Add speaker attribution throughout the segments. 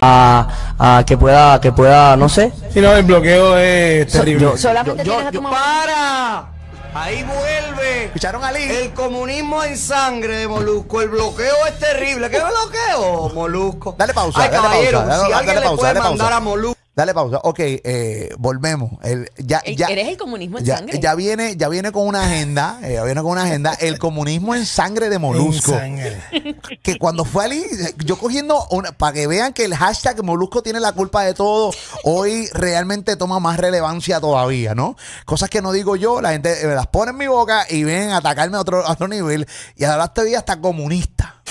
Speaker 1: a, a que pueda, que pueda, no sé.
Speaker 2: Si no, el bloqueo es terrible.
Speaker 1: yo-
Speaker 3: Solamente
Speaker 4: Yo-
Speaker 3: tienes a tu
Speaker 4: yo-
Speaker 3: mamá.
Speaker 5: ¡Para! Ahí vuelve.
Speaker 4: ¿Escucharon a Lee?
Speaker 5: El comunismo en sangre de Molusco. El bloqueo es terrible. ¿Qué bloqueo, Molusco?
Speaker 4: Dale pausa,
Speaker 5: Ay,
Speaker 4: dale
Speaker 5: caballero,
Speaker 4: pausa,
Speaker 5: si
Speaker 4: dale-
Speaker 5: alguien
Speaker 4: dale
Speaker 5: le
Speaker 4: pausa,
Speaker 5: puede
Speaker 4: dale pausa.
Speaker 5: mandar a Molusco.
Speaker 4: Dale pausa. Ok, eh, volvemos. El- ya,
Speaker 3: El-
Speaker 4: ya-
Speaker 3: eres el comunismo en
Speaker 4: ya-
Speaker 3: sangre.
Speaker 4: Ya viene, ya viene con una agenda. eh, ya viene con una agenda. El comunismo en sangre de Molusco.
Speaker 2: Insane.
Speaker 4: que cuando fue Ali, eh, yo cogiendo una, para que vean que el hashtag Molusco tiene la culpa de todo, hoy realmente toma más relevancia todavía, ¿no? Cosas que no digo yo, la gente eh, me las pone en mi boca y ven a atacarme a otro, a otro nivel. Y ahora te vi hasta comunista.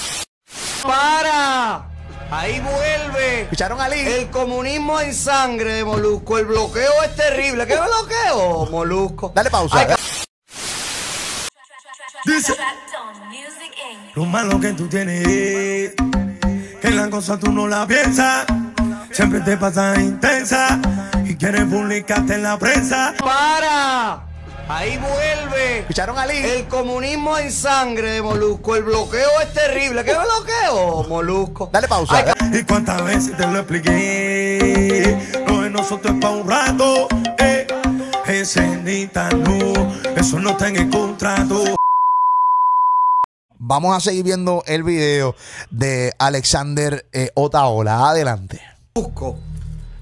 Speaker 5: ¡Para! Ahí vuelve.
Speaker 4: ¿Escucharon a Ali?
Speaker 5: El comunismo en sangre de Molusco. El bloqueo es terrible. ¿Qué bloqueo, Molusco?
Speaker 4: Dale pausa.
Speaker 5: Ay,
Speaker 2: Lo malo que tú tienes que las cosas tú no la piensas. Siempre te pasas intensa y quieres publicarte en la prensa.
Speaker 5: ¡Para! Ahí vuelve.
Speaker 4: ¿Escucharon a Ali?
Speaker 5: El comunismo en sangre de Molusco. El bloqueo es terrible. ¿Qué bloqueo, Molusco?
Speaker 4: Dale pausa.
Speaker 5: Ay,
Speaker 2: Y cuántas veces te lo expliqué. Lo de nosotros es pa' un rato. Eh. Encenita no, eso no está en el contrato.
Speaker 4: Vamos a seguir viendo el video de Alexander eh, Otaola. Adelante.
Speaker 5: Molusco.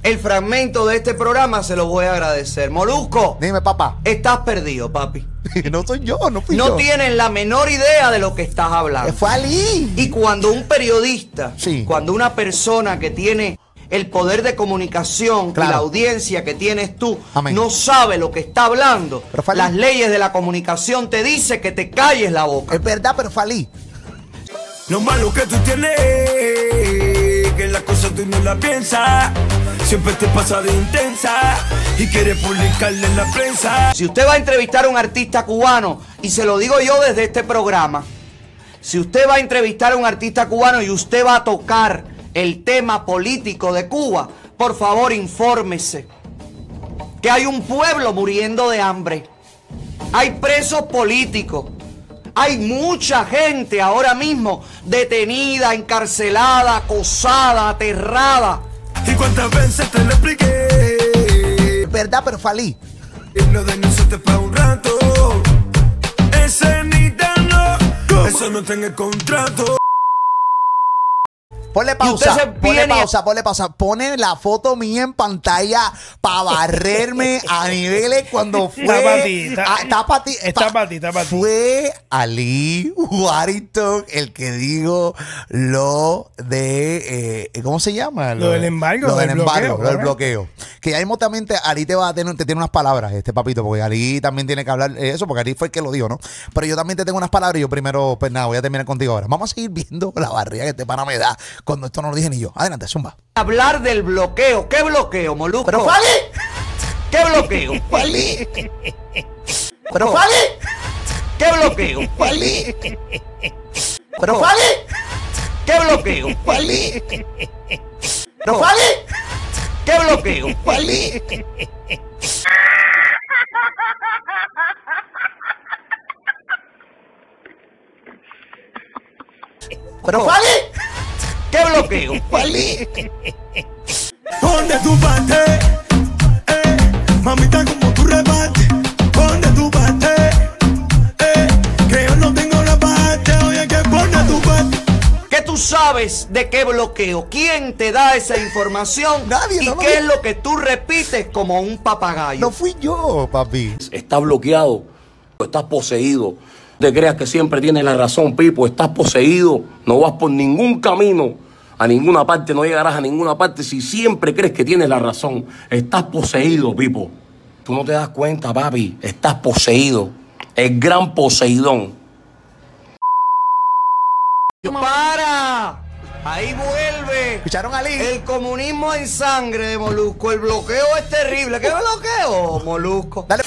Speaker 5: El fragmento de este programa se lo voy a agradecer. Molusco,
Speaker 4: Dime, papá.
Speaker 5: estás perdido, papi.
Speaker 4: no soy yo, no fui yo.
Speaker 5: No tienes la menor idea de lo que estás
Speaker 4: Eh,
Speaker 5: hablando.
Speaker 4: Fue Ali.
Speaker 5: Y cuando un periodista,
Speaker 4: Sí.
Speaker 5: cuando una persona que tiene el poder de comunicación
Speaker 4: Claro.
Speaker 5: y la audiencia que tienes tú
Speaker 4: Amén.
Speaker 5: no sabe lo que está hablando,
Speaker 4: Pero fue Ali.
Speaker 5: las leyes de la comunicación te dicen que te calles la boca.
Speaker 4: Es verdad, pero fue Ali.
Speaker 2: Lo malo que tú tienes, que las cosas tú no las piensas. Siempre te pasa de intensa y quieres publicarle en la prensa.
Speaker 5: Si usted va a entrevistar a un artista cubano, y se lo digo yo desde este programa, si usted va a entrevistar a un artista cubano y usted va a tocar el tema político de Cuba, por favor infórmese que hay un pueblo muriendo de hambre, hay presos políticos, hay mucha gente ahora mismo detenida, encarcelada, acosada, aterrada.
Speaker 2: Y cuántas veces te lo expliqué.
Speaker 4: Es verdad, pero fue Ali.
Speaker 2: Lo de nosotros para un rato. Ese ni tan no, eso no está en el contrato.
Speaker 4: Ponle
Speaker 5: usted se
Speaker 4: pausa, ponle
Speaker 5: viene-
Speaker 4: pausa, ponle pausa. Pone la foto mía en pantalla para barrerme a niveles cuando fue.
Speaker 6: Está pa' ti, está-
Speaker 4: Ah, está pa' ti,
Speaker 6: está
Speaker 4: pa-
Speaker 6: pa' ti, está pa' ti.
Speaker 4: Fue Ali Warrington el que dijo lo de. eh, ¿Cómo se llama?
Speaker 6: Lo del embargo,
Speaker 4: Lo
Speaker 6: del
Speaker 4: del embargo,
Speaker 6: bloqueo,
Speaker 4: lo del
Speaker 6: correcto.
Speaker 4: bloqueo. Que ya mismo también te- Ali te va a tener, te tiene unas palabras, este papito, porque Ali también tiene que hablar eh, eso, porque Ali fue el que lo dijo, ¿no? Pero yo también te tengo unas palabras y yo primero, pues nada, voy a terminar contigo ahora. Vamos a seguir viendo la barriga que este pana me da cuando esto no lo dije ni yo. Adelante, zumba.
Speaker 5: Hablar del bloqueo, ¿qué bloqueo, Molusco?
Speaker 4: ¡Pero fue Ali!
Speaker 5: ¿Qué bloqueo?
Speaker 4: ¡Fue Ali! ¡Pero fue Ali!
Speaker 5: ¿Qué bloqueo?
Speaker 4: ¡Fue Ali! ¡Pero fue Ali!
Speaker 5: ¿Qué bloqueo?
Speaker 4: ¡Fue Ali! ¡Pero fue Ali!
Speaker 5: ¿Qué bloqueo?
Speaker 4: ¡Fue Ali! ¡Pero fue Ali!
Speaker 5: ¿Qué bloqueo?
Speaker 4: ¡Fue Ali!
Speaker 2: Ponte tu parte, eh, mamita como tu reparte. Ponte tu parte, eh, que yo no tengo la parte. Oye, que ponte tu parte.
Speaker 5: ¿Qué tú sabes de qué bloqueo? ¿Quién te da esa información?
Speaker 4: Nadie,
Speaker 5: ¿Y
Speaker 4: no lo
Speaker 5: qué
Speaker 4: vi.
Speaker 5: es lo que tú repites como un papagayo?
Speaker 4: No fui yo, papi.
Speaker 7: Estás bloqueado, estás poseído. No te creas que siempre tienes la razón, Pipo. Estás poseído, no vas por ningún camino, a ninguna parte, no llegarás a ninguna parte si siempre crees que tienes la razón. Estás poseído, Pipo. Tú no te das cuenta, papi. Estás poseído. El gran Poseidón.
Speaker 5: ¡Para! Ahí vuelve.
Speaker 4: ¿Escucharon a Ali?
Speaker 5: El comunismo en sangre de Molusco. El bloqueo es terrible. ¿Qué bloqueo, Molusco?
Speaker 4: Dale.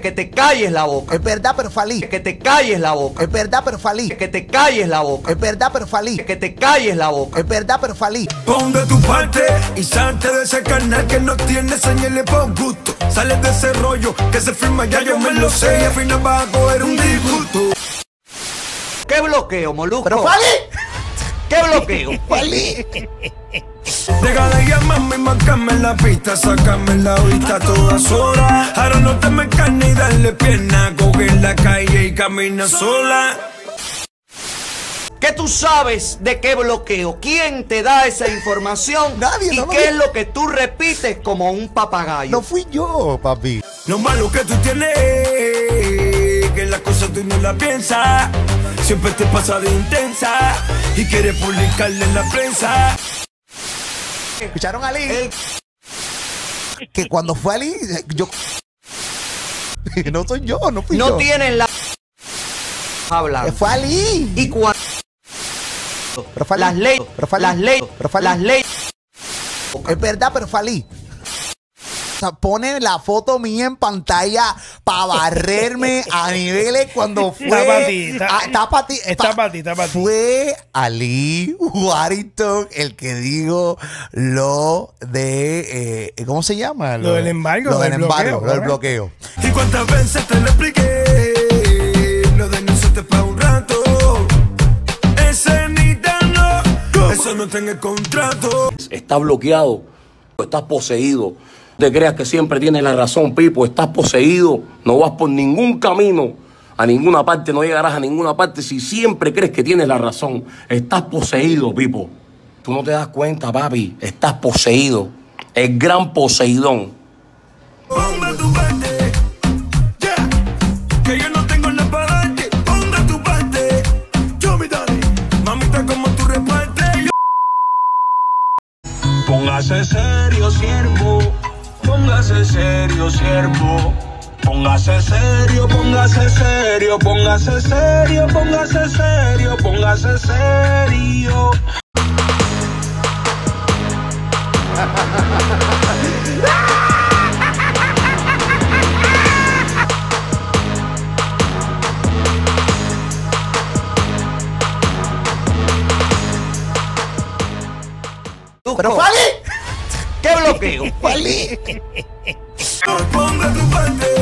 Speaker 5: Que te calles la boca.
Speaker 4: Es verdad, pero fue Ali.
Speaker 5: Que te calles la boca.
Speaker 4: Es verdad, pero fue Ali.
Speaker 5: Que te calles la boca.
Speaker 4: Es verdad, pero fue Ali.
Speaker 5: Que te calles la boca.
Speaker 4: Es verdad, pero fue Ali.
Speaker 2: Pon de tu parte y salte de ese canal que no tiene señales por gusto. Sales de ese rollo que se firma ya yo me lo sé y al final vas a coger un disgusto.
Speaker 5: ¿Qué bloqueo, Molusco?
Speaker 4: ¡Pero fue Ali!
Speaker 5: ¿Qué ¿Qué bloqueo?
Speaker 3: Deja de llamarme y marcarme la pista, sacarme la vista a todas horas. Ahora no te me ni darle pierna, coge la calle y camina sola.
Speaker 5: ¿Qué tú sabes de qué bloqueo? ¿Quién te da esa información?
Speaker 4: Nadie,
Speaker 5: ¿Y
Speaker 4: no lo
Speaker 5: qué
Speaker 4: vi.
Speaker 5: es lo que tú repites como un papagayo?
Speaker 4: No fui yo, papi.
Speaker 3: Lo malo que tú tienes, que las cosas tú no las piensas. Siempre te pasa de intensa y quieres publicarle en la prensa.
Speaker 4: ¿Escucharon a Ali?
Speaker 5: El-
Speaker 4: Que cuando fue Ali, yo. no soy yo, no fui
Speaker 5: no
Speaker 4: yo.
Speaker 5: tienes la...
Speaker 4: Que
Speaker 5: Hablando.
Speaker 4: Fue Ali.
Speaker 5: Y cuando...
Speaker 4: Pero fue Ali.
Speaker 5: Las leyes,
Speaker 4: Pero fue Ali.
Speaker 5: las leyes,
Speaker 4: Pero fue Ali.
Speaker 5: las leyes.
Speaker 4: Es verdad, pero fue Ali. O sea, pone la foto mía en pantalla para barrerme a niveles cuando fue.
Speaker 8: Está pa' ti, está-
Speaker 4: Ah, Está pa' ti.
Speaker 8: está
Speaker 4: pa-
Speaker 8: pa' ti, está pa' ti.
Speaker 4: Fue Ali Warrington el que digo lo de. eh, ¿Cómo se llama?
Speaker 8: Lo del embargo,
Speaker 4: Lo
Speaker 8: del
Speaker 4: del embargo,
Speaker 8: bloqueo,
Speaker 4: lo del
Speaker 8: ¿verdad?
Speaker 4: bloqueo.
Speaker 3: Y cuántas veces te lo expliqué, lo de no se te pa' un rato. Ese ni tan no, eso no está en el contrato.
Speaker 7: Estás bloqueado, estás poseído. No te creas que siempre tienes la razón, Pipo. Estás poseído, no vas por ningún camino, a ninguna parte, no llegarás a ninguna parte si siempre crees que tienes la razón. Estás poseído, Pipo. Tú no te das cuenta, papi. Estás poseído. El gran Poseidón.
Speaker 3: Ponga tu parte, yeah, que yo no tengo la para darte. Ponga tu parte, yo mi dale, mamita como tú repartes.
Speaker 2: Póngase serio, siervo. Póngase serio, siervo. Póngase serio, póngase serio, póngase serio, póngase serio, póngase serio.
Speaker 4: Pero fue Ali.
Speaker 5: ¿Qué bloqueo?
Speaker 4: Fue Ali.
Speaker 3: Ponga tu parte,